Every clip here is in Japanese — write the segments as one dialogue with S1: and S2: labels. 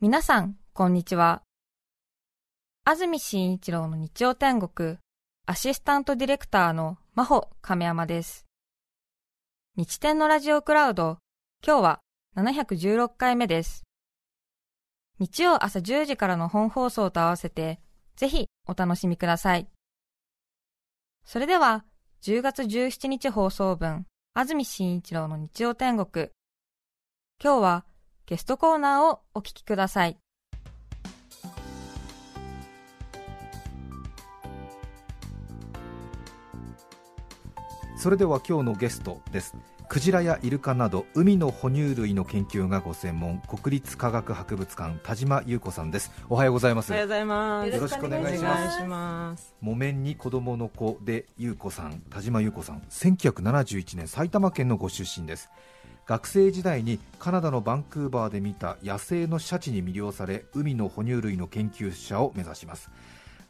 S1: 皆さん、こんにちは。安住紳一郎の日曜天国、アシスタントディレクターの真帆亀山です。日天のラジオクラウド、今日は716回目です。日曜朝10時からの本放送と合わせて、ぜひお楽しみください。それでは、10月17日放送分、安住紳一郎の日曜天国。今日はゲストコーナーをお聞きください。
S2: それでは今日のゲストですクジラやイルカなど海の哺乳類の研究がご専門国立科学博物館田島優子さんですおはようございま
S3: お
S2: す
S3: はようございます。
S2: よろしくお願いします
S3: お願いします。
S2: 木綿に子供の子で優子さん田島優子さん1971年埼玉県のご出身です学生時代にカナダのバンクーバーで見た野生のシャチに魅了され海の哺乳類の研究者を目指します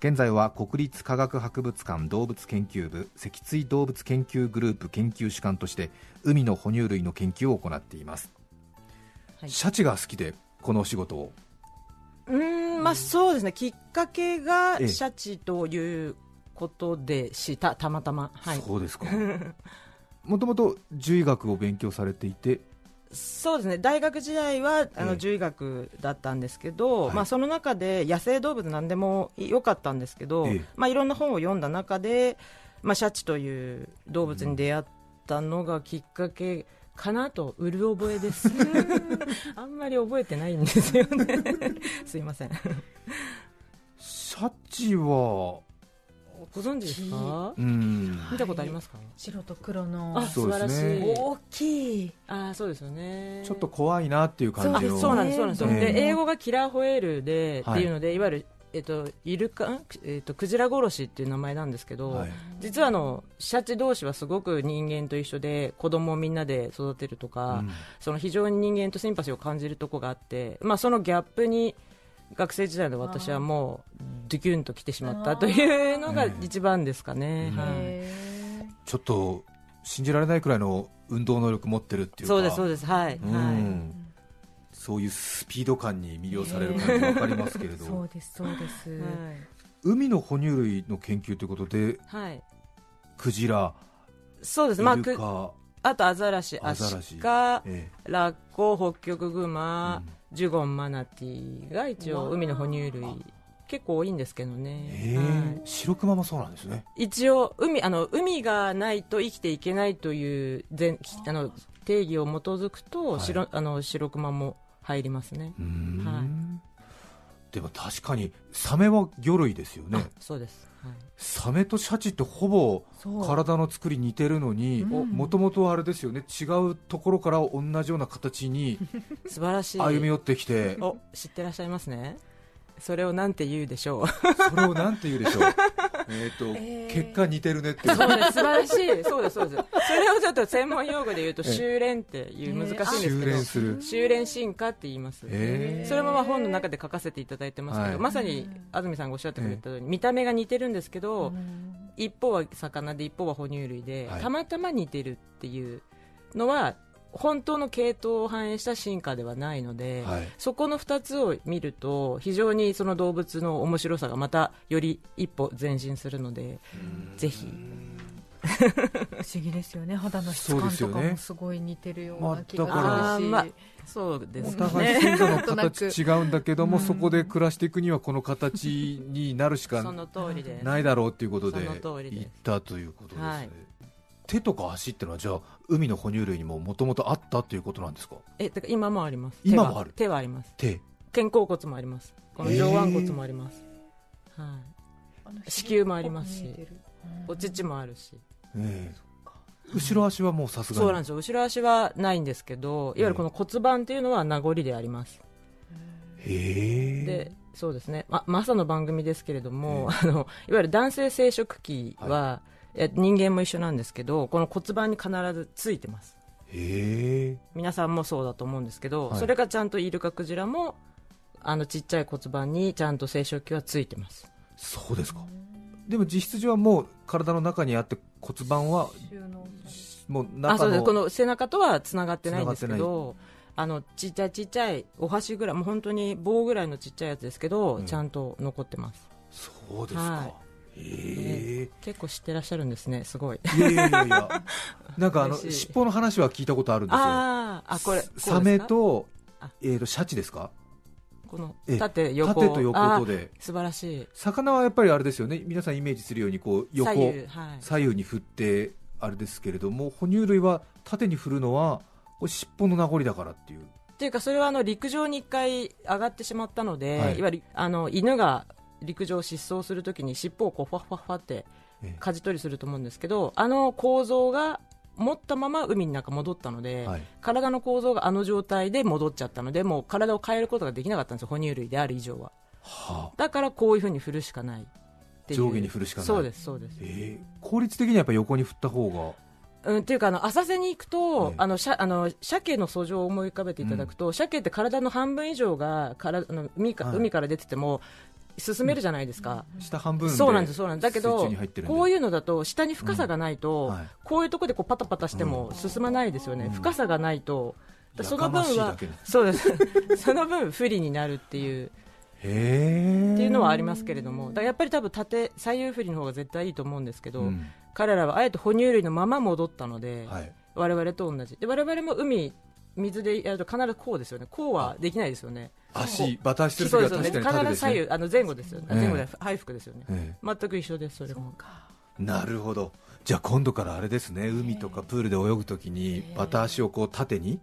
S2: 現在は国立科学博物館動物研究部脊椎動物研究グループ研究主幹として海の哺乳類の研究を行っています、
S3: はい
S2: シャチが好きでこのお仕事を
S3: うーん、まあそうですね。きっかけが
S2: ええ
S3: シャチということでした。たまたま。はい。
S2: そう ですかもともと獣医学を勉強されていて
S3: そうですね。大学時代はあ
S2: ええ
S3: の獣医学だったんですけど、
S2: はい
S3: まあその中で野生動物なんでも良かったんですけど、
S2: ええ
S3: まあいろんな本を読んだ中で、まあシャチという動物に出会ったのがきっかけ。かなとうる覚えです あんまり覚えてないんですよね すいません
S2: シャチは
S3: ご存知ですか
S2: うん
S3: 見たことありますか、
S4: 白と黒の
S3: あ
S2: そう
S3: 素
S2: です
S3: 晴
S2: ね
S3: らしい
S4: 大きい
S3: あーそうですよね
S2: ちょっと怖いなっていう感じの
S3: あそうなんですそうなんです、
S2: ええ
S3: で英語がキラーホエールで、
S2: はい
S3: っていうのでいわゆるえっと、イルカんえっと、クジラ殺しっていう名前なんですけど、
S2: はい
S3: 実はあのシャチ同士はすごく人間と一緒で子供をみんなで育てるとか、
S2: うん
S3: その非常に人間とシンパシーを感じるとこがあって、まあ、そのギャップに学生時代の私はもうドキュンと来てしまったというのが一番ですかね。
S2: うん
S3: はい
S2: ちょっと信じられないくらいの運動能力持ってるっていうか
S3: そうですそう
S2: で
S3: ですはい、はい
S2: そういうスピード感に魅了される感じわかりますけ れ
S4: そ
S2: ど
S4: うですそうです、
S2: 海の哺乳類の研究ということで
S3: はい、はい、
S2: クジラ
S3: そうで
S2: イ
S3: す、まあ、
S2: ル
S3: く
S2: カ
S3: あとアザラシ、
S2: ア
S3: ア
S2: ザラシ
S3: シカ、
S2: え
S3: ラッコ、北極グマ、
S2: うん
S3: ジュゴン、マナティーが一応、海の哺乳類、結構多いんですけど
S2: え
S3: ね、
S2: え
S3: は
S2: え白クマもそうなんですね
S3: い、一応海あの、海がないと生きていけないという前きあの定義を基づくと、
S2: はい
S3: 白あの白クマも入りますね。
S2: うん
S3: は
S2: でも確かにサメは魚類ですよね
S3: あそうです、はい
S2: サメとシャチってほぼ
S4: そう
S2: 体の作り似てるのに
S4: うん
S2: もともとあれですよね違うところから同じような形に
S3: 素晴らしい
S2: 歩み寄ってきて
S3: お知ってらっしゃいますねそれをなんて言うでしょう
S2: それをなんて言うでし ょうえーと、
S4: えー
S2: 結果似てるねっていう
S3: そうです素晴らしいそうですそうですそれをちょっと専門用語で言うと
S2: ええ
S3: 修練っていう難しいんですけど、
S2: 修練する
S3: 修練進化って言います、
S2: えー
S3: それもまあ本の中で書かせていただいてますけど、
S2: はい
S3: まさに安住さんがおっしゃってくれたように、見た目が似てるんですけど、一方は魚で一方は哺乳類で、
S2: はい
S3: たまたま似てるっていうのは本当の系統を反映した進化ではないので、
S2: はい
S3: そこの2つを見ると非常にその動物の面白さがまたより一歩前進するのでぜひ
S4: 不思議ですよね肌の質
S2: そう
S4: 感
S2: ですよ
S4: と
S2: ね
S4: かもすごい似てるような気が
S2: まあ
S4: するし、
S3: まあそうで
S2: お
S3: す
S2: 互い
S3: ね
S2: 先祖の
S4: なんとなく
S2: 形違うんだけども、そこで暮らしていくにはこの形になるし
S3: そ
S2: か
S3: の通りです
S2: ないだろうということで
S3: その通りです
S2: 行ったということですね、
S3: はい
S2: 手とか足ってのはじゃあ海の哺乳類にももともとあったということなんですか
S3: えだから今もあります
S2: 今もある
S3: 手は手はあります
S2: 手
S3: 肩甲骨もありますこの上腕骨もあります、はい、子宮もありますしお乳もあるし
S2: ええ後ろ足はもうさすがに
S3: そうなんですよ後ろ足はないんですけどいわゆるこの骨盤っていうのは名残であります、
S2: へえ
S3: でそうですね、ま、まさの番組ですけれども、あのいわゆる男性生殖器は、え人間も一緒なんですけどこの骨盤に必ずついてます
S2: へえ
S3: 皆さんもそうだと思うんですけど、
S2: はい
S3: それがちゃんとイルカクジラもあのちっちゃい骨盤にちゃんと生殖器はついてます
S2: そうですかでも実質上はもう体の中にあって骨盤は
S4: 収納
S2: もう
S3: あ
S2: 中
S3: そうです
S2: の
S3: この背中とはつながってないんですけ
S2: つなが
S3: どあのちっちゃいちっちゃいお箸ぐらいもう本当に棒ぐらいのちっちゃいやつですけど、
S2: うん
S3: ちゃんと残ってます
S2: そうですか、
S3: は
S2: え
S3: 結構知ってらっしゃるんですねすごい
S2: えいやいやいやい やなんかあの
S3: 嬉しい
S2: 尻尾の話は聞いたことあるんですよ
S3: あーあこれこうですか
S2: サメと
S3: あ
S2: えー、とシャチですか
S3: この
S2: ええ
S3: 縦横
S2: 縦と横と
S3: あ
S2: で
S3: ー素晴らしい
S2: 魚はやっぱりあれですよね皆さんイメージするようにこう横
S3: 左右はい
S2: 左右に振ってあれですけれども哺乳類は縦に振るのはこれ尻尾の名残だからっていう
S3: っていうかそれはあの陸上に一回上がってしまったので、
S2: はい
S3: い、わゆるあの犬が陸上を疾走するときに尻尾をこうファッファッファって
S2: ええ
S3: 舵取りすると思うんですけどあの構造が持ったまま海の中戻ったので、
S2: はい
S3: 体の構造があの状態で戻っちゃったのでもう体を変えることができなかったんですよ哺乳類である以上は
S2: はあ
S3: だからこういうふうに振るしかないっていう
S2: 上下に振るしかない
S3: そうですそうです
S2: ええ効率的にはやっぱ横に振った方が
S3: うん、っていうかあの浅瀬に行く
S2: え
S3: と、
S2: え
S3: あのしゃあの鮭の遡上を思い浮かべていただくと、鮭って体の半分以上がからあの海か、
S2: はい
S3: 海から出てても進めるじゃないですか、
S2: 下半分で
S3: そうなんですそうなんですだけ
S2: 水
S3: ど
S2: 中に入ってるんで
S3: こういうのだと下に深さがないと、
S2: うんはい
S3: こういうところでこうパタパタしても進まないですよね、
S2: うん
S3: 深さがないとだその
S2: やかま
S3: 分
S2: しいだ
S3: は
S2: けです
S3: そうです その分不利になるっていう
S2: へえ
S3: っていうのはありますけれどもだからやっぱり多分縦左右不利の方が絶対いいと思うんですけど、
S2: うん
S3: 彼らはあえて哺乳類のまま戻ったので。
S2: はい
S3: 我々と同じで我々も海水でやると必ずこうですよねこうはできないですよね
S2: 足バタ足してる
S3: そう
S2: 時
S3: で
S2: は
S3: すよ
S2: 確
S3: ね
S2: かに
S3: 必
S2: 縦ですね
S3: ず左右あの前後ですよね、
S2: ええ
S3: 前後で背腹ですよね
S2: ええ
S3: 全く一緒ですそれも
S2: なるほどじゃあ今度からあれですね海とかプールで泳ぐときに
S4: ええ
S2: バタ足をこう縦に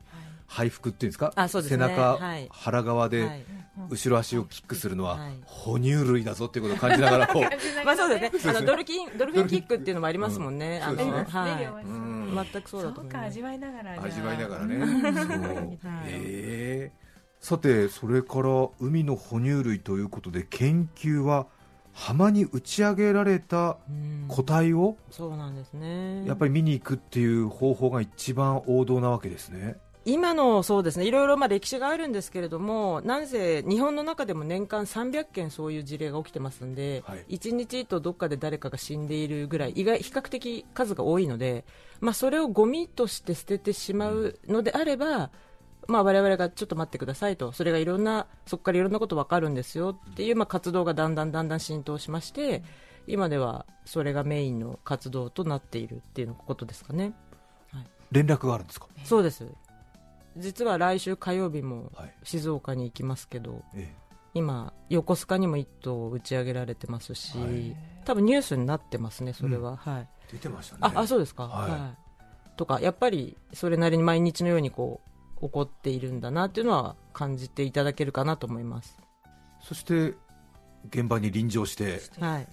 S2: 背腹っていうんですか
S3: あそうです
S2: 背
S3: ね
S2: 中、
S3: はい
S2: 腹側で、
S3: はい
S2: 後ろ足をキックするのは
S3: はい
S2: 哺乳類だぞっていうことを感じながらこ う、
S3: まあそうです
S2: そう
S3: ね
S2: ですね
S3: あのドルキンドルフィンキックっていうのもありますもんね、
S2: うん
S3: あ
S2: そう
S3: の
S2: ですね
S3: は
S2: う
S3: い
S2: ん、
S3: 全くそう
S4: そ
S3: だと
S4: う
S3: 思い
S4: か
S3: ます
S4: 味わいながら
S2: 味わいながら
S4: ね
S2: ねそう ええさてそれから海の哺乳類ということで研究は浜に打ち上げられた
S3: うん
S2: 個体を
S3: そうなんですね
S2: やっぱり見に行くっていう方法が一番王道なわけですね
S3: 今のそうですねいろいろまあ歴史があるんですけれどもなんせ日本の中でも年間300件そういう事例が起きてますんで、
S2: はい
S3: 一1日とどっかで誰かが死んでいるぐらい意外比較的数が多いので、まあ、それをゴミとして捨ててしまうのであれば、まあ、我々がちょっと待ってくださいとそれがいろんなそこからいろんなこと分かるんですよっていうまあ活動がだんだんだんだん浸透しまして今ではそれがメインの活動となっているっていうことですかね。
S2: 連絡があるんですか、
S3: そうです実は来週火曜日も
S2: はい
S3: 静岡に行きますけど
S2: え
S3: 今横須賀にも1頭打ち上げられてますし、
S2: はい
S3: 多分ニュースになってますねそれは、はい
S2: え、出てましたね
S3: ああそうですか
S2: はい
S3: いとかやっぱりそれなりに毎日のようにこう起こっているんだなっていうのは感じていただけるかなと思います、
S2: そして現場に臨場して
S3: はい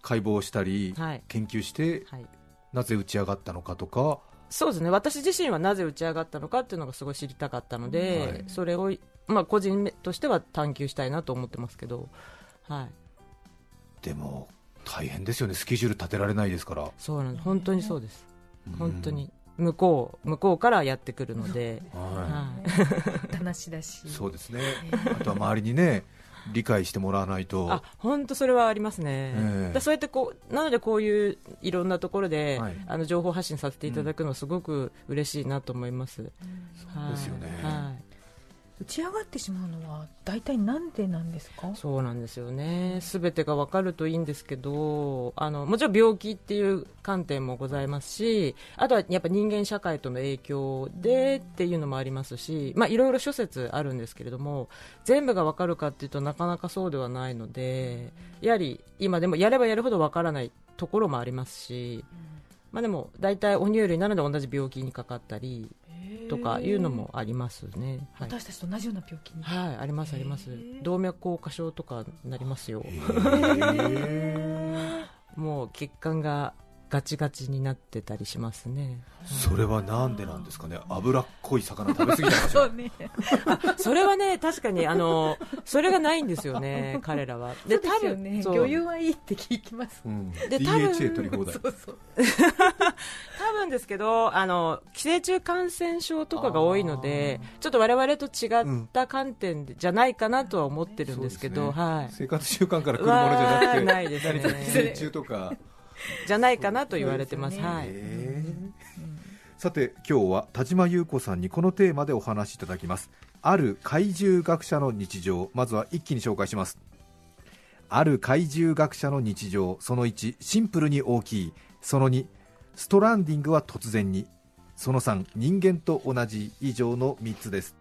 S2: 解剖したり、
S3: はい
S2: 研究して
S3: はい、
S2: なぜ打ち上がったのかとか
S3: そうですね私自身はなぜ打ち上がったのかっていうのがすごい知りたかったので、
S2: はい
S3: それを、まあ、個人としては探求したいなと思ってますけど、はい、
S2: でも大変ですよねスケジュール立てられないですから
S3: そうなんです本当にそうです
S2: うん
S3: 本当に向こう向こうからやってくるので、
S2: は
S3: は
S4: 話だし
S2: い、そうですね
S4: え
S2: あとは周りにね理解してもらわない
S3: い、
S2: と
S3: あ本当それはありますね、
S2: ええ
S3: だそうやってこうなのでこういういろんなところで、
S2: はい
S3: あの情報発信させていただくのはすごく嬉しいなと思います、はい
S2: ですよね
S3: はい
S4: 打ち上がってしまうのは大体なんでなんですか
S3: そうなんですよね、すべてが分かるといいんですけどあの、もちろん病気っていう観点もございますし、あとはやっぱ人間社会との影響でっていうのもありますし、まあ、いろいろ諸説あるんですけれども、全部が分かるかっていうとなかなかそうではないので、やはり今でもやればやるほど分からないところもありますし、まあ、でも大体、哺乳類なので同じ病気にかかったりとかいうのもありますね。はい
S4: 私たちと同じような病気に
S3: はい、ありますあります
S4: へー。
S3: 動脈硬化症とかなりますよ
S2: へ。ー
S3: もう血管がガチガチになってたりしますね。
S2: それはなんでなんですかね脂っこい魚食べ過ぎ たんでしょ
S4: うね
S3: それはね、 確かに、あの、それがないんです よね、彼らは。
S4: そうですよね
S3: そう
S4: 魚油はいいって聞きます
S2: うん、
S3: で多分
S2: DHA 取り放題
S4: そうそう
S3: 多分ですけど、あの、寄生虫感染症とかが多いので、ちょっと我々と違った観点でじゃないかなとは思ってるんですけど、
S2: そうですね
S3: はい。
S2: 生活習慣から来るものじゃなく
S3: うわー
S2: て
S3: ないですね
S2: 何か寄生虫とか
S3: じゃないかなと言われてます。
S4: そうですよ
S3: はい。
S2: へーさて今日は田島優子さんにこのテーマでお話しいただきますある怪獣学者の日常まずは一気に紹介しますある怪獣学者の日常その1シンプルに大きいその2ストランディングは突然にその3人間と同じ以上の3つです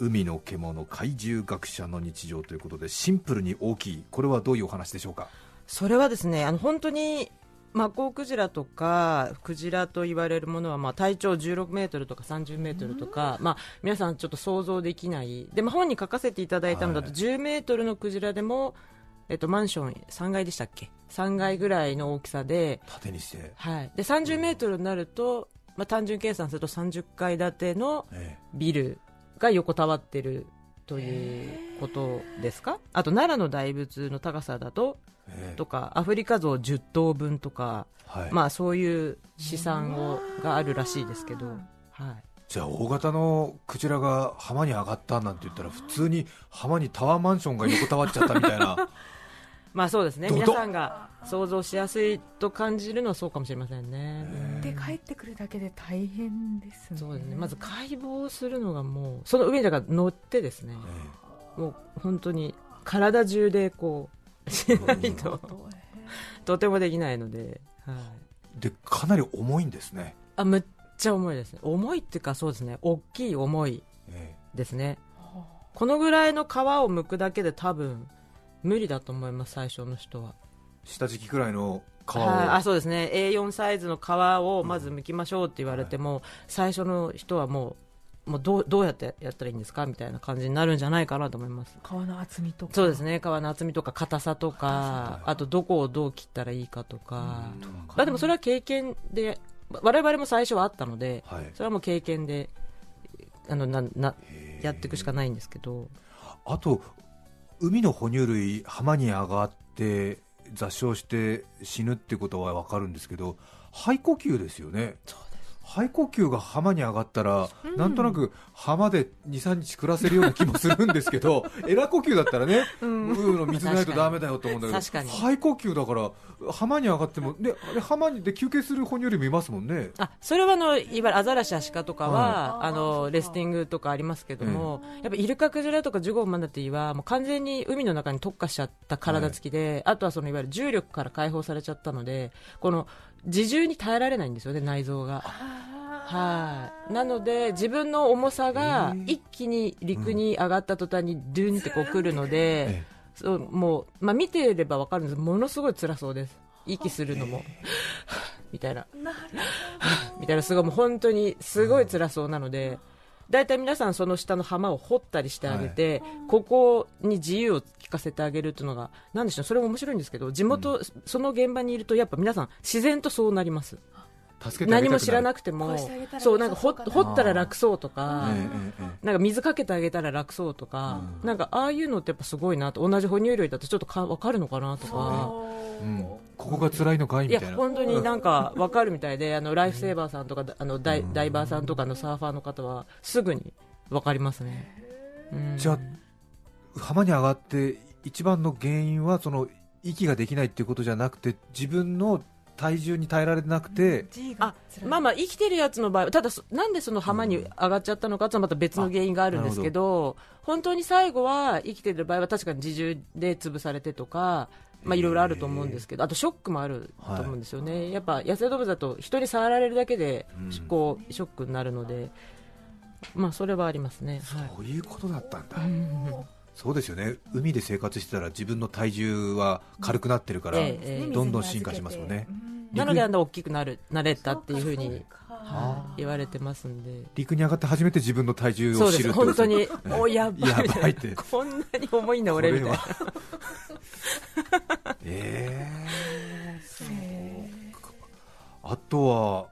S2: 海の獣怪獣学者の日常ということでシンプルに大きいこれはどういうお話でしょうか
S3: それはですねあの本当にマッコウクジラとかクジラと言われるものはまあ体長16メートルとか30メートルとか、まあ、皆さんちょっと想像できないで、まあ、本に書かせていただいたのだと
S2: はい
S3: 10メートルのクジラでも、えっと、マンション3階でしたっけ3階ぐらいの大きさで,、
S2: 縦にして、
S3: はい、で30メートルになると、まあ、単純計算すると30階建ての
S2: え
S3: ビルが横たわってるということですかあと奈良の大仏の高さだと
S2: えええ
S3: とかアフリカ像10頭分とか、
S2: はい
S3: まあ、そういう試算をがあるらしいですけど、はい、
S2: じゃあ大型のクジラが浜に上がったなんて言ったら普通に浜にタワーマンションが横たわっちゃったみたいな
S3: まあそうですね
S2: どど
S3: 皆さんが想像しやすいと感じるのはそうかもしれませんね。
S4: で帰ってくるだけで大変ですね。
S3: そうですねまず解剖するのがもうその上にだから乗ってですね
S2: え
S3: もう本当に体中でこうしないととてもできないので、はい、
S2: えでかなり重いんですね、
S3: あむっちゃ重いですね重いっていうかそうですね大きい重い
S2: え
S3: ですねこのぐらいの皮を剥くだけで多分無理だと思います最初の人は
S2: え下敷きくらいの皮を
S3: はいあそうですね A4 サイズの皮をまず剥きましょうって言われても、最初の人はもうもうどうどうやってやったらいいんですかみたいな感じになるんじゃないかなと思います
S4: 皮の厚みとか。
S3: そうです。ね皮の厚みとか硬さとかあとどこをどう切ったらいいかとか、まあ、でもそれは経験で我々も最初はあったので
S2: はい
S3: それはもう経験であのなな
S2: へえ
S3: やっていくしかないんですけど、
S2: あと海の哺乳類浜に上がって座礁して死ぬってことは分かるんですけど肺呼吸ですよね肺呼吸が浜に上がったら、なんとなく浜で23日暮らせるような気もするんですけ どエラ呼吸だったらね、ブーの水ないとダメだよと思うんだけ
S3: 確か
S2: ど
S3: に
S2: 肺呼吸だから浜に上がってもであれ浜にで休憩する哺乳類もいますもんね
S3: あそれはあのいわゆるアザラシアシカとかは、
S4: はい
S3: あのレスティングとかありますけども、やっぱイルカクジラとかジュゴンマナティーはもう完全に海の中に特化しちゃった体つきで、あとはそのいわゆる重力から解放されちゃったのでこの自重に耐えられないんですよね内臓が。はいなので自分の重さが一気に陸に上がった途端にドゥンってこう来るので。
S2: え
S3: そうもう、まあ、見てればわかるんですものすごい辛そうです息するのも みたいな みたいなすごいもう本当にすごい辛そうなので大体皆さんその下の浜を掘ったりしてあげて、ここに自由を聞かせてあげるっていうのがなんでしょうそれも面白いんですけど地元、その現場にいるとやっぱ皆さん自然とそうなります
S2: 助けてあげた
S3: 何
S2: くなる
S3: も知らな
S2: く
S3: くても
S4: こうしてあげたら
S3: そうなんか掘
S4: 良さそうかな
S3: 掘ったら楽そうとか。
S2: えええええ
S3: なんか水かけてあげたら楽そうとか、なんかああいうのってやっぱすごいなと同じ哺乳類だとちょっとか分かるのかなとか。
S2: えうんここが辛いのかい
S3: い
S2: み
S3: や
S2: たいな
S3: 本当になんか分かるみたいで、あのライフセーバーさんとか、あのダイダイバーさんとかのサーファーの方は、すぐに分かりますね。うん
S2: じゃあ浜に上がって一番の原因はその息ができないっていうことじゃなくて自分の体重に耐えられなくて、
S4: G が
S3: あまあ
S4: あ
S3: まあ生きてるやつの場合はただそなんでその浜に上がっちゃったのかっていうのはまた別の原因があるんですけど本当に最後は生きてる場合は確かに自重で潰されてとか。まあ、いろいろあると思うんですけどあとショックもあると思うんですよね、やっぱ野生動物だと人に触られるだけで、こうショックになるので、まあ、それはありますね、はい
S2: そういうことだったんだ、そうですよね海で生活してたら自分の体重は軽くなってるから、
S3: ええええ
S2: どんどん進化しますもんね
S3: なのであんな大きくなるなれたっていうふうに、
S2: あ
S3: はい言われてますんで。
S2: 陸に上がって初めて自分の体重
S3: そ
S2: を
S3: うで
S2: 知る
S3: す
S2: ってこと
S3: 本 当に
S2: ね、
S3: おやばい
S2: やばいって
S3: こんなに重いんだ、俺みたいな。
S2: これ はええそうかあとは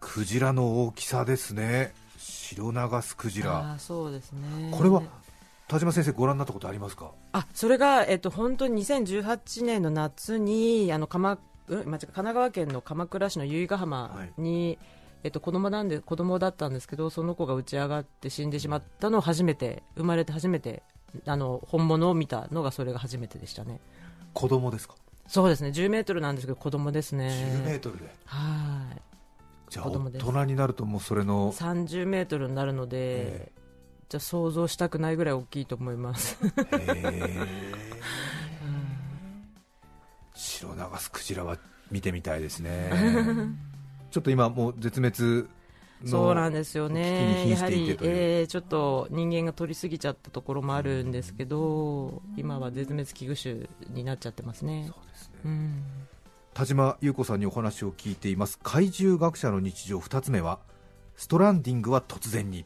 S2: クジラの大きさですねシロナガスクジラ
S3: あーそうですね
S2: これは田島先生ご覧になったことありますか
S3: あそれが、えっと、本当に2018年の夏にあの鎌うん間違えた神奈川県の鎌倉市の由比ヶ浜に、えっと、子供なんで子供だったんですけどその子が打ち上がって死んでしまったのを初めて生まれて初めてあの本物を見たのがそれが初めてでしたね
S2: 子供ですか
S3: そうですね10メートルなんですけど子供ですね
S2: 10メートルで
S3: はい
S2: じゃあ
S3: 子
S2: 大
S3: 供です
S2: 人になるともうそれ の、
S3: 30メートルになるので、
S2: え
S3: じゃあ想像したくないぐらい大きいと思います。
S2: ーへーシロナガスクジラは見てみたいです ねちょっと今もう絶滅の
S3: そうなんですよね
S2: 危機に瀕
S3: や
S2: し
S3: は
S2: ていて
S3: り、
S2: という
S3: えーちょっと人間が取りすぎちゃったところもあるんですけど今は絶滅危惧種になっちゃってますね
S2: そ。うですね
S3: うん、
S2: 田島優子さんにお話を聞いています怪獣学者の日常2つ目はストランディングは突然に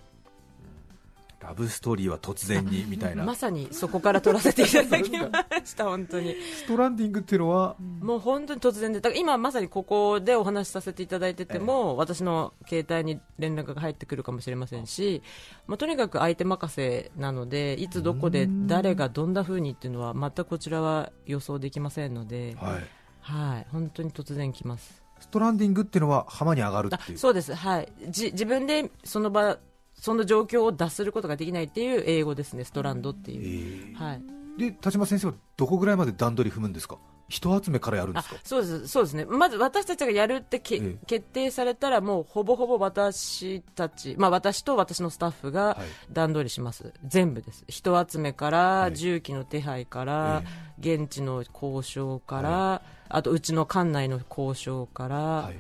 S2: ラブストーリーは突然にみたいな、
S3: まさにそこから取らせていただきました、本当に。
S2: ストランディングっていうのは、
S3: もう本当に突然で、だから今まさにここでお話しさせていただいてても、私の携帯に連絡が入ってくるかもしれませんし、まあ、とにかく相手任せなので、いつどこで誰がどんな風にっていうのは、全くこちらは予想できませんので、
S2: はい、
S3: はい、本当に突然来ます。
S2: ストランディングっていうのは浜に上がる
S3: あ
S2: っていう
S3: そうです、はい、じ自分でその場、その状況を脱することができないっていう英語ですね、ストランドって
S2: え
S3: い
S2: ー
S3: う。はい
S2: で田島先生はどこぐらいまで段取り踏むんですか人集めからやるんで
S3: あ
S2: すか
S3: そうですそうですね、まず私たちがやるってけ、
S2: ええ
S3: 決定されたら、もうほぼほぼ私たち、まあ、私と私のスタッフが
S2: はい
S3: 段取りします、全部です、人集めから、
S2: い
S3: 重機の手配から、
S2: え
S3: 現地の交渉から、あとうちの管内の交渉から、
S2: は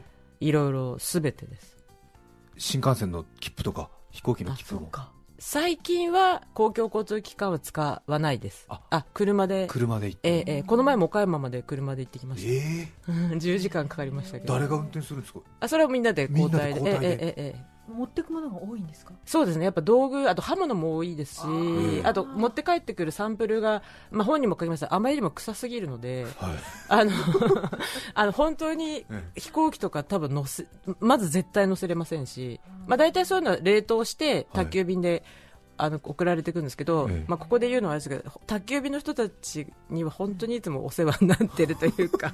S2: い、
S3: い、ろいろすべてです。
S2: 新幹線の切符とか飛行機の
S3: あ
S2: 切符も
S3: か最近は公共交通機関は使わないです。
S2: あ
S3: あ、車で。
S2: 車で行って
S3: ええええこの前も岡山まで車で行ってきまし
S2: え
S3: た。10時間かかりましたけ
S2: ー
S3: ど。
S2: 誰が運転するんですか
S3: あそれはみんなで交代で
S2: みんなで交代で
S3: ええええええ
S4: 持ってくものが多いんですか
S3: そうですねやっぱ道具あと刃物も多いですし
S2: ー
S3: あと持って帰ってくるサンプルが、まあ、本にも書きましたあまりにも臭すぎるので
S2: はい、
S3: あの あの本当に
S2: え
S3: 飛行機とか多分乗せまず絶対乗せれませんし、まあ、大体そういうのは冷凍して
S2: はい
S3: 宅急便で、あの送られてくるんですけど、
S2: ええ
S3: まあ、ここで言うのはあれですけど宅急便の人たちには本当にいつもお世話になってるという か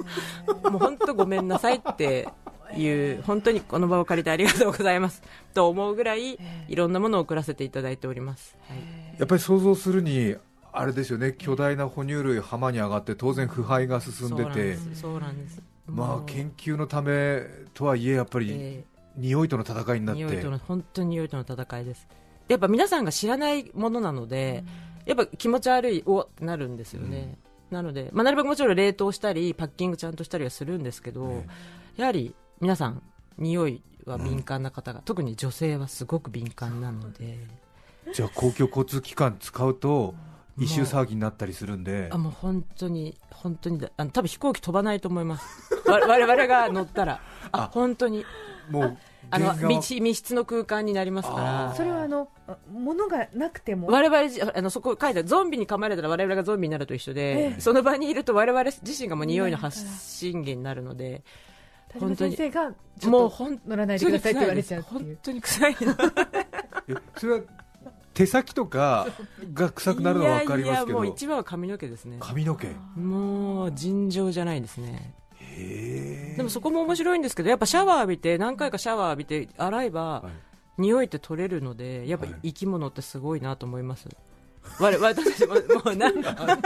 S3: もう本当ごめんなさいっていう本当にこの場を借りてありがとうございますと思うぐらいいろんなものを送らせていただいております、はい
S2: やっぱり想像するにあれですよね巨大な哺乳類浜に上がって当然腐敗が進んでて
S3: そうなんですそうなんです
S2: ま
S3: も
S2: あ
S3: う
S2: 研究のためとはいえやっぱり、
S3: ええ
S2: 匂いとの戦いになって
S3: 匂いとの本当に匂いとの戦いですやっぱ皆さんが知らないものなので、やっぱ気持ち悪いおってなるんですよね、なので、まあ、なるべくもちろん冷凍したりパッキングちゃんとしたりはするんですけど、
S2: え
S3: やはり皆さん匂いは敏感な方が、特に女性はすごく敏感なので
S2: じゃあ公共交通機関使うと異臭騒ぎになったりするんで
S3: あもう本当に本当にだあの多分飛行機飛ばないと思いますわ我々が乗ったらあ
S2: あ
S3: 本当に
S2: もう
S3: あの
S2: 原画
S3: 密密室の空間になりますから
S2: あー
S4: それはあのあ物がなくても
S3: 我々じあのそこ書いてあるゾンビに噛まれたら我々がゾンビになると一緒で、
S4: ええ
S3: その場にいると我々自身がもう匂いの発信源になるので
S4: 田島先生がち
S3: も
S4: ょ
S3: う
S4: っと
S3: 本
S4: 乗らないで
S3: 当
S4: く
S3: に
S4: ださいって
S3: 臭
S4: 言わ
S3: いで
S4: れち
S3: す
S4: ゃうってい
S3: 本
S4: う
S3: 当に臭いの
S2: えそれは手先とかが臭くなるのは分かります
S3: いやい
S2: け
S3: やも
S2: ど
S3: う一番は髪の毛ですね
S2: 髪の毛へ
S3: もう尋常じゃないですね
S2: え
S3: でもそこも面白いんですけどやっぱシャワー浴びて何回かシャワー浴びて洗えば、
S2: はい
S3: 匂いって取れるのでやっぱ
S2: はい
S3: 生き物ってすごいなと思います、我々私たちももうなん か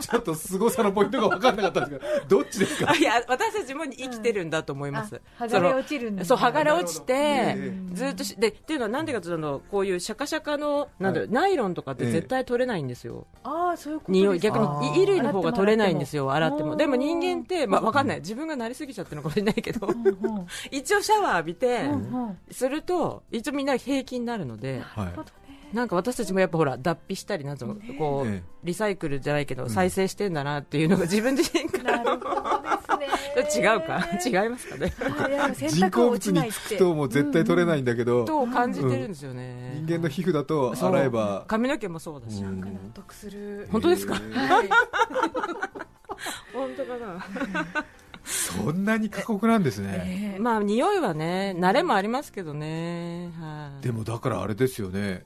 S2: ちょっと凄さのポイントが分かんなかったんですけ どどっちですか
S3: いや私たちも生きてるんだと思います、
S4: あ剥がれ落ちるんだ
S3: そう剥がれ落ち
S2: な
S3: て
S2: るほどえ
S3: ずっとしでっていうのはなんでかというとこういうシャカシャカのなんだろう
S2: は
S3: ナイロンとかって絶対取れないんですよ、
S4: ああそういうことですか
S3: 匂い逆
S2: あー
S3: に衣類の方が取れないんですよ洗
S4: 洗
S3: っ
S4: ってても
S3: も
S4: 洗っても
S3: でも人間って、まあ、わかんない自分がなりすぎちゃってるのかもしれないけど
S4: うんうん
S3: 一応シャワー浴びて
S4: うんうん
S3: すると一応みんな平気になるので
S2: はい
S4: なるほどね
S3: なんか私たちもやっぱほら脱皮したりなんぞこ
S2: ええ
S3: うリサイクルじゃないけど再生してんだなっていうのが自分自身か
S4: な
S3: ら
S4: るほどです
S3: 違
S4: ね
S3: うか違いますかね
S4: あいや洗
S2: 人
S4: 濯は
S2: 工
S4: 落
S2: 物
S4: ちない
S2: に
S4: っ
S2: つ
S4: て
S2: くともう絶対取れないんだけど、
S3: と感じてるんですよね、
S2: 人間の皮膚だと
S3: そう
S2: 洗えば
S3: 髪の毛もそうだし、
S2: うん
S4: 納得する
S3: 本当ですか
S2: へー
S4: はい
S3: 本当かな
S2: そんなに過酷なんですね、
S4: ね
S3: まあ匂いはね慣れもありますけどねはい
S2: でもだからあれですよね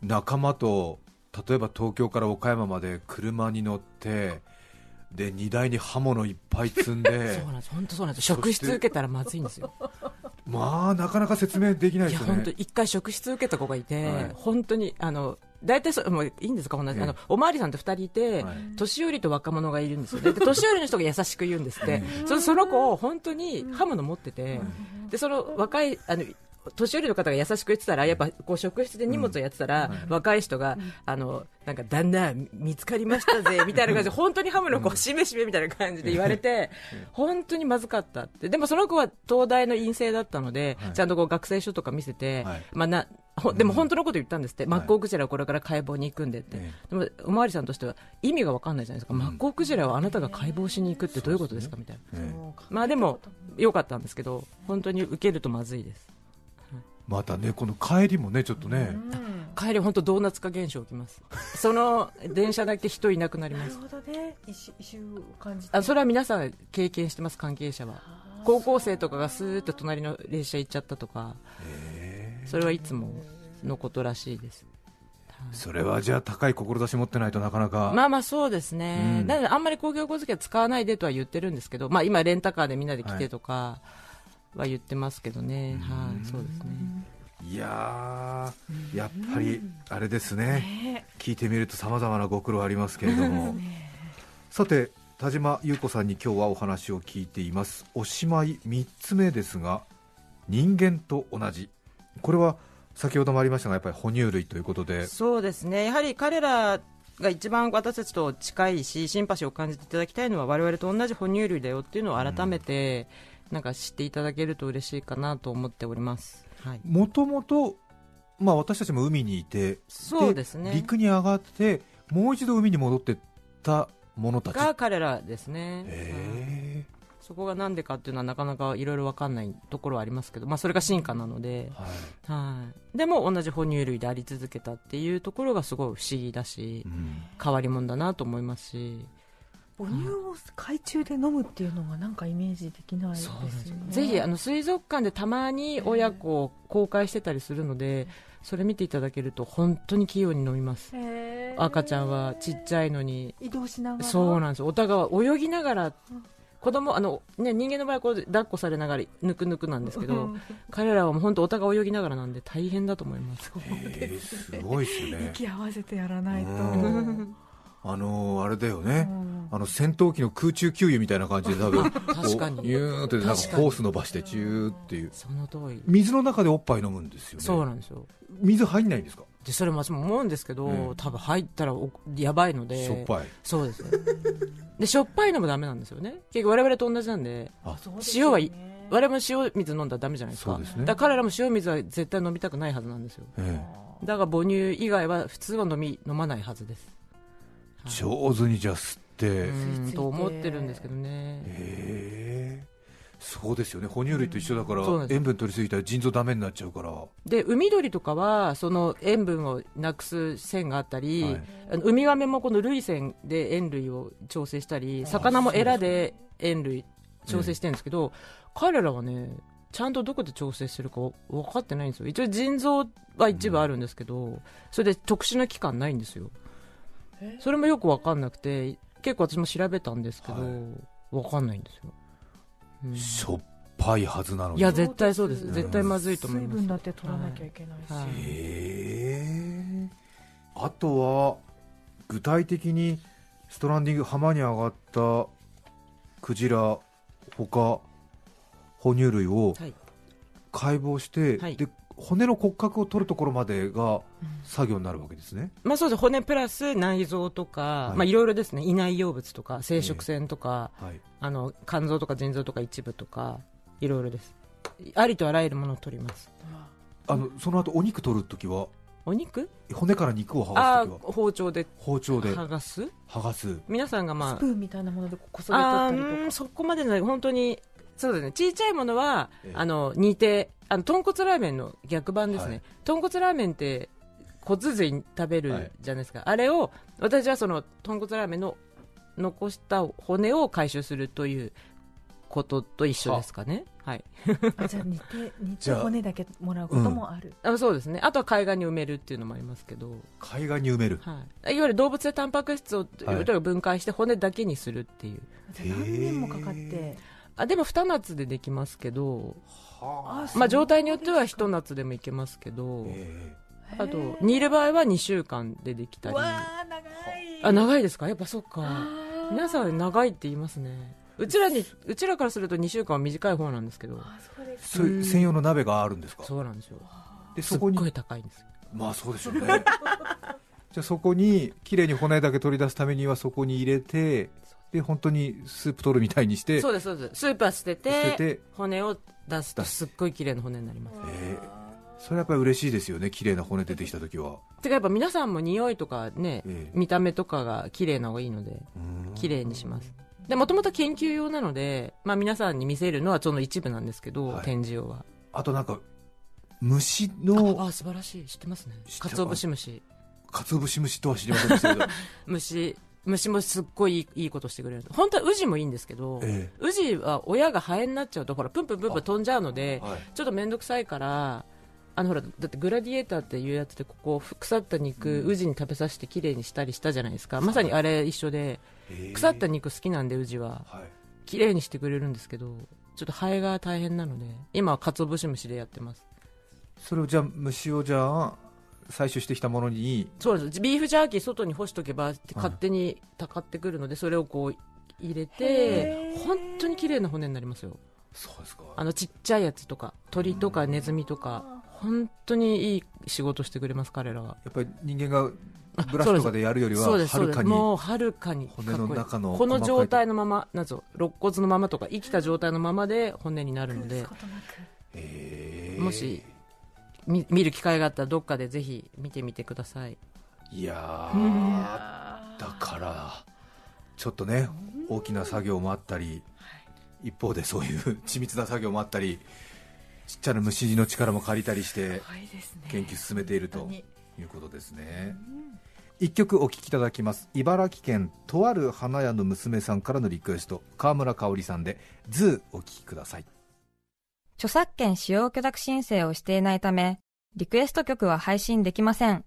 S2: 仲間と例えば東京から岡山まで車に乗ってで荷台に刃物いっぱい積ん
S3: そ
S2: で
S3: うなんです本当そうなんです職質受けたらまずいんですよ
S2: まあなかなか説明できない
S3: い
S2: で
S3: や
S2: すよ
S3: 本当
S2: ね
S3: 一回職質受けた子がいて、
S2: はい
S3: 本当にあの大体そう、もういいんですか、こんな、
S2: ええ
S3: あの、おまわりさんって二人いて、
S2: はい
S3: 年寄りと若者がいるんですよね。で、年寄りの人が優しく言うんですって。そその子を本当に刃物持ってて、で、その若い、あの、年寄りの方が優しく言ってたら、やっぱこう職質で荷物をやってたら、若い人が、あの、なんか、旦那、見つかりましたぜ、みたいな感じで、本当に刃物をこう、しめしめみたいな感じで言われて、本当にまずかったって。でもその子は東大の陰性だったので、
S2: はい
S3: ちゃんとこう学生証とか見せて、
S2: はい
S3: まあな、ほでも本当のこと言ったんですって、
S2: はい
S3: マッコウクジラをこれから解剖に行くんでって、
S2: え
S3: でもおまわりさんとしては意味が分かんないじゃないですか、マッコウクジラをあなたが解剖しに行くってどういうことですかみたいな、
S2: ええ
S3: まあでも、良かったんですけど、本当に受けるとまずいです、
S2: またねこの帰りもねちょっとね、
S3: 帰り、本当、ドーナツ化現象起きます、その電車だけ人いなくなり
S4: な
S3: ま
S4: る
S3: す、
S4: ほどね異臭異臭を感じて
S3: あそれは皆さん経験してます、関係者は。高校生とかがスーッと隣の列車行っちゃったとか、それはいつものことらしいです。
S2: それはじゃあ高い志持ってないとなかなか、
S3: まあまあそうですね、
S2: うん
S3: なのであんまり公共交通機は使わないでとは言ってるんですけど、まあ、今、レンタカーでみんなで来てとかは言ってますけどね、はい、そうですね。
S2: いやーやっぱりあれですね聞いてみるとさまざまなご苦労ありますけれどもさて田島優子さんに今日はお話を聞いていますおしまい3つ目ですが人間と同じこれは先ほどもありましたがやっぱり哺乳類ということで
S3: そうですねやはり彼らが一番私たちと近いしシンパシーを感じていただきたいのは我々と同じ哺乳類だよっていうのを改めて、なんか知っていただけると嬉しいかなと思っております。はい、
S2: もともとまあ私たちも海にいて
S3: そうですね
S2: 陸に上がってもう一度海に戻ってった者たち
S3: が彼らですね。はい
S2: へ
S3: そこがなんでかっていうのはなかなかいろいろわかんないところはありますけど、まあ、それが進化なので
S2: え、はい
S3: はい、でも同じ哺乳類であり続けたっていうところがすごい不思議だし
S2: うん
S3: 変わり者だなと思いますし、
S4: 母乳を海中で飲むっていうのがなんかイメージできないですよね
S3: ぜひあの水族館でたまに親子を公開してたりするのでそれ見ていただけると本当に器用に飲みます
S4: へー
S3: 赤ちゃんはちっちゃいのに
S4: 移動しながら
S3: そうなんですよお互い泳ぎながら子供あのね人間の場合はこう抱っこされながらぬくぬくなんですけ
S4: う
S3: ど
S4: ん
S3: 彼らはもう本当お互い泳ぎながらなんで大変だと思います
S2: えーすごいです ね
S4: 息合わせてやらないと、
S2: うんあのーあれだよね、
S4: うん
S2: あの戦闘機の空中給油みたいな感じで多 分
S3: 確かに
S2: こうニューンってなんか
S3: 確かに
S2: ホース伸ばしてチューっていう
S3: その通り
S2: 水の中でおっぱい飲むんですよね
S3: そうなんですよ
S2: 水入んないんですか
S3: でそれも私も思うんですけど、
S2: うん
S3: 多分入ったらおやばいので
S2: しょっぱい
S3: そうですねでしょっぱいのもダメなんですよね結局我々と同じなんで
S2: あ
S4: そうです
S3: 塩
S4: よ
S3: は
S4: ね
S3: い我々も塩水飲んだらダメじゃないですか
S2: そうですね
S3: だから彼らも塩水は絶対飲みたくないはずなんですよ
S2: え
S3: だから母乳以外は普通は飲み飲まないはずです、
S2: え
S3: はい
S2: 上手にじゃあ吸って、
S3: う
S2: へ
S3: ん
S4: 吸い付いて
S3: と思ってるんですけどね
S2: えそうですよね哺乳類と一緒だから、
S3: うんそうなんです
S2: 塩分取りすぎたら腎臓ダメになっちゃうから
S3: で海鳥とかはその塩分をなくす線があったり、
S2: はい
S3: あのウミガメもこの類線で塩類を調整したり魚もエラで塩類調整してるんですけど、彼らはねちゃんとどこで調整してるか分かってないんですよ一応腎臓は一部あるんですけど、それで特殊な器官ないんですよそれもよく分かんなくて結構私も調べたんですけど、
S2: は
S3: 分かんないんですよ、うん
S2: しょっぱいはずなのに
S3: いや絶対そうです
S4: うん
S3: 絶対まずいと思い
S4: 水
S3: ます
S4: 分だって取らなきゃいけないし、
S3: はいはい
S2: へえあとは具体的にストランディング浜に上がったクジラ他哺乳類を
S3: はい
S2: 解剖して、
S3: はい
S2: で骨の骨格を取るところまでが作業になるわけですね、
S3: まあそうです骨プラス内臓とか、
S2: はい
S3: い、まあいろいろですね胃内容物とか生殖腺とか、
S2: はい、
S3: あの肝臓とか腎臓とか一部とかいろいろですありとあらゆるものを取ります
S2: あのその後お肉取るときは
S3: お肉
S2: 骨から肉を剥
S3: あ
S2: が
S3: あ
S2: すときは
S3: 包丁で
S2: 包丁で
S3: 剥がす
S2: 剥がす
S3: 皆さんが
S4: ス
S3: ま
S4: プーンみたいなものでこそ
S3: あ
S4: げ
S3: あ
S4: 取った
S3: ーう
S4: り
S3: ん
S4: と
S3: そこまでない本当にそうですね小さいものは、
S2: ええ
S3: あの煮てあの豚骨ラーメンの逆版ですね、
S2: はい
S3: 豚骨ラーメンって骨髄食べ
S2: はい
S3: るじゃないですか、あれを私はその豚骨ラーメンの残した骨を回収するということと一緒ですかねはい
S4: かあじゃあ煮て煮
S2: じ
S4: て
S2: ゃあ
S4: 骨だけもらうこともある、
S3: あそうですねあとは海岸に埋めるっていうのもありますけど
S2: 海岸に埋める
S3: はい、いわゆる動物性タンパク質をとにかく分解して骨だけにするっていう
S4: じゃあ何年もかかって、
S2: へ
S3: あでも二夏でできますけど、
S2: は
S4: あ
S2: あ
S4: そう
S3: まあ、状態によっては一夏でもいけますけど、
S2: ええ
S3: あと煮る場合は2週間でできたり
S4: わあ長い
S3: あ長いですかやっぱそっか
S4: あー
S3: 皆さん長いって言いますねうちらにうちらからすると2週間は短い方なんですけど
S4: あそうです
S2: そういう専用の鍋があるんですか
S3: そうなんですよ
S2: ですそ
S3: っ
S2: こに
S3: ごい高いんですよ
S2: まあそうでしょう ねじゃあそこに綺麗に骨だけ取り出すためにはそこに入れてで本当にスープ取るみたいにして
S3: そうですそうですスープは捨てて
S2: 捨てて
S3: 骨を出すとすっごい綺麗な骨になります
S2: えーそれはやっぱり嬉しいですよね綺麗な骨出てきた時は、
S3: てかやっぱ皆さんも匂いとかね
S2: ええ
S3: 見た目とかが綺麗な方がいいので
S2: うん
S3: 綺麗にしますでもともと研究用なので、まあ、皆さんに見せるのはその一部なんですけど、
S2: はい
S3: 展示用は
S2: あとなんか虫
S3: あ
S2: の
S3: あ素晴らしい知ってますね
S2: 知ってます
S3: 鰹節虫
S2: 鰹節虫とは知りませんで したけど、
S3: 虫虫もすっごいいいいいことしてくれる本当はウジもいいんですけど、
S2: え
S3: ウジは親がハエになっちゃうとほらプンプンプンプン飛んじゃうの
S2: え
S3: で
S2: はい、
S3: ちょっと面倒くさいからあのほらだってグラディエーターっていうやつでここ腐った肉、ウジに食べさせて綺麗にしたりしたじゃないですかまさにあれ一緒で
S2: ええ
S3: 腐った肉好きなんでウジは
S2: はい
S3: 綺麗にしてくれるんですけどちょっとハエが大変なので今は鰹節虫でやってます
S2: それをじゃあ虫をじゃあ採取してきたものに
S3: そうなんですビーフジャーキー外に干しとけばって勝手にたかってくるのでそれをこう入れて
S4: へー
S3: 本当に綺麗な骨になりますよ
S2: そうですか
S3: あのちっちゃいやつとか鳥とかネズミとか本当にいい仕事してくれます彼らは
S2: やっぱり人間がブラシとかでやるよりは
S3: そうです
S2: は
S3: そ
S2: る
S3: うです
S2: かに
S3: もうはるかにかっこいい
S2: 骨の中の
S3: この
S2: 細かい
S3: 状態のままなんぞ肋骨のままとか生きた状態のままで骨になるので
S4: ことなく
S2: ええ
S3: もしみ見る機会があったらどっかでぜひ見てみてください
S2: いや
S3: う
S2: ー
S4: あ
S2: だからちょっとね大きな作業もあったり一方でそういう 緻密な作業もあったりちっちゃな虫の力も借りたりして
S4: いですね
S2: 研究進めていると
S4: 本当に
S2: いうことですね一曲お聴きいただきます茨城県とある花屋の娘さんからのリクエスト川村香織さんで「ズー」お聴きください
S1: 著作権使用許諾申請をしていないため、リクエスト曲は配信できません。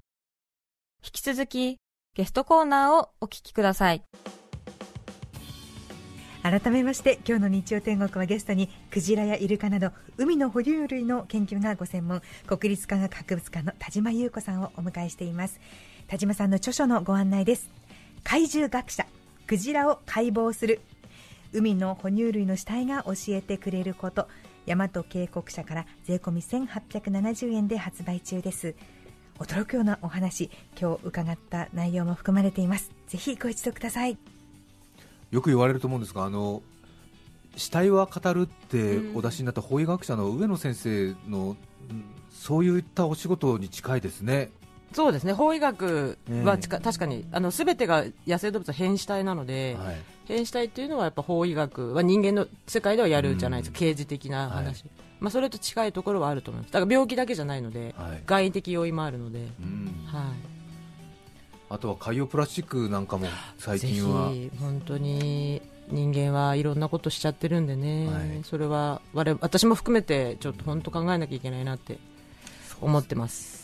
S1: 引き続き、ゲストコーナーをお聞きください。
S5: 改めまして今日の日曜天国はゲストにクジラやイルカなど海の哺乳類の研究がご専門国立科学博物館の田島優子さんをお迎えしています田島さんの著書のご案内です怪獣学者クジラを解剖する海の哺乳類の死体が教えてくれること大和渓谷社から税込み1870円で発売中です驚くようなお話今日伺った内容も含まれていますぜひご一読ください
S2: よく言われると思うんですがあの死体は語るってお出しになった法医学者の上野先生の、うんそういったお仕事に近いですね
S3: そうですね法医学はちか、
S2: う
S3: 確かにあの全てが野生動物は変死体なので、
S2: はい、
S3: 変死体っていうのはやっぱ法医学は人間の世界ではやるじゃないですか、
S2: うん
S3: 刑事的な話、まあ、それと近いところはあると思いますだから病気だけじゃないので
S2: はい
S3: 外因的要因もあるので、
S2: うん
S3: は
S2: あとは海洋プラスチックなんかも
S3: い、
S2: 最近は
S3: ぜひ本当に人間はいろんなことしちゃってるんでね、
S2: はい
S3: それは我々私も含めてちょっと本当考えなきゃいけないなって思ってます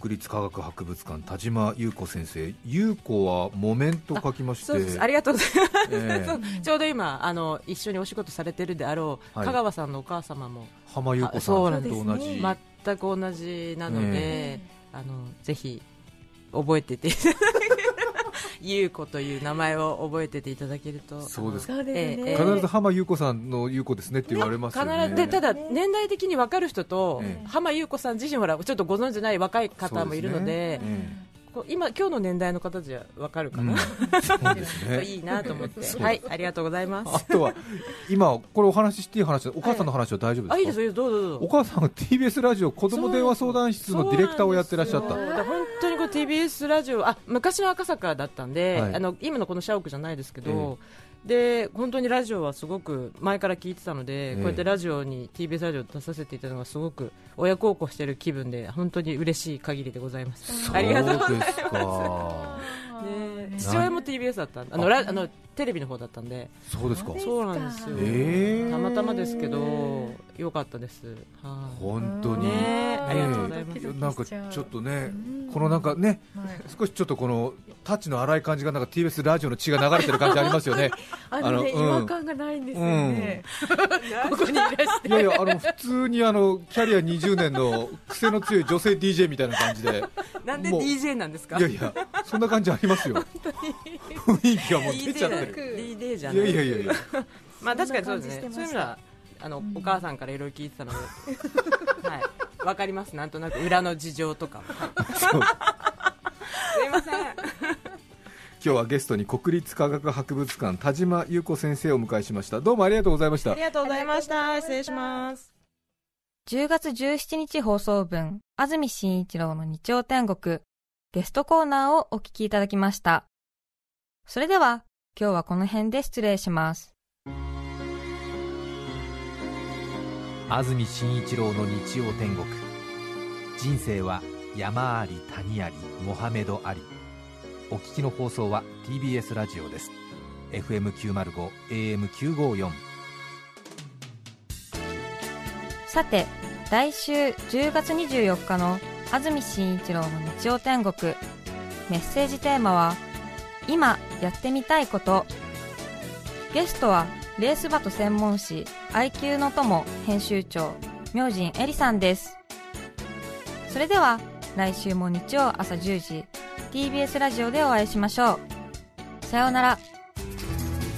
S2: 国立科学博物館田島優子先生優子は木綿と書きまして
S3: そうですありがとうございます
S2: ええ
S3: そうちょうど今あの一緒にお仕事されてるであろう、
S2: はい
S3: 香川さんのお母様も
S2: 浜優子
S3: そう
S2: さ
S3: なん
S2: ん
S3: で
S2: と
S3: す
S2: 同じ、
S3: 全く同じなので、
S2: え
S3: あのぜひ覚えて て優子という名前を覚えてていただけると
S2: そうです
S4: そうです
S3: え
S4: ね
S3: え
S2: 必ず浜優子さんの優子ですねって言われますよ
S3: 必
S2: ね
S3: ずでただ年代的に分かる人と、
S2: ええ
S3: 浜優子さん自身ほらちょっとご存じない若い方もいるので
S2: そうですね
S3: こう今今日の年代の方じゃ分かるか
S2: うん
S3: な、
S2: そうですね
S3: いいなと思っ
S2: そ
S3: て
S2: う
S3: はいありがとうございま
S2: あ
S3: す
S2: とは今これお話ししていい話お母さんの話は大丈夫ですか、
S3: あいいですよどうぞどう
S2: お
S3: ぞ
S2: 母さんは TBS ラジオ子ども電話相談室のディレクターをやってらっしゃった
S3: そうなんですよ本当にこう TBS ラジオあ昔の赤坂だったんで、
S2: はい
S3: あの今のこの社屋じゃないですけど、で本当にラジオはすごく前から聞いてたので、
S2: ええ
S3: こうやってラジオに TBS ラジオ出させていただくのがすごく親孝行してる気分で本当に嬉しい限りでございます
S2: そう
S3: ありがとうございます
S2: ですか
S3: ね父親も TBS だったんであのラあのテレビの方だったんで
S2: そうですか
S5: そう
S3: そうなんですよ、
S2: えー
S3: たまたまですけどよかったですはい
S2: 本当に、
S3: ねえありがとうございま
S4: ドキ
S3: す
S4: ドキし
S2: なんかちょっとね、
S4: うん
S2: このなんかね
S4: はい
S2: 少しちょっとこのタッチの荒い感じがなんか TBS ラジオの血が流れてる感じありますよね
S4: あのね、
S2: あのうん
S4: 違和感がないんですよね、ここにいらして
S2: いやいやあの普通にあのキャリア20年の癖の強い女性 DJ みたいな感じで
S3: なんで
S2: もう
S3: DJ なんですか
S2: いやいや、そんな感じありますよ。雰囲気がもう出ちゃってる。
S3: DJ じゃ
S2: い
S3: な
S2: や
S3: い
S2: いやいやいや、
S3: まあ確かにそうですね
S4: そんな感じしてました
S3: そういう意味ではあの、お母さんからいろいろ聞いてたの ではいわかりますなんとなく裏の事情とか
S2: そう今
S3: すいません
S2: 日はゲストに国立科学博物館田島優子先生をお迎えしました。どうもありがとうございました
S3: あり。がとうございました失礼します
S1: 10月17日放送分、安住紳一郎の日曜天国、ゲストコーナーをお聞きいただきました。それでは、今日はこの辺で失礼します。
S6: 安住紳一郎の日曜天国人生は山あり谷ありモハメドありお聞きの放送は TBS ラジオです FM905 AM954
S1: さて来週10月24日の安住紳一郎の日曜天国メッセージテーマは「今やってみたいこと」ゲストはレースバト専門誌 IQ の友編集長明神えりさんですそれでは来週も日曜朝10時 TBS ラジオでお会いしましょうさようなら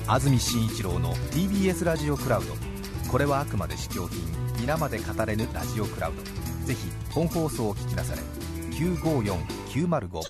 S6: 安住紳一郎の TBS ラジオクラウドこれはあくまで試供品皆まで語れぬラジオクラウドぜひ本放送を聞きなされ954905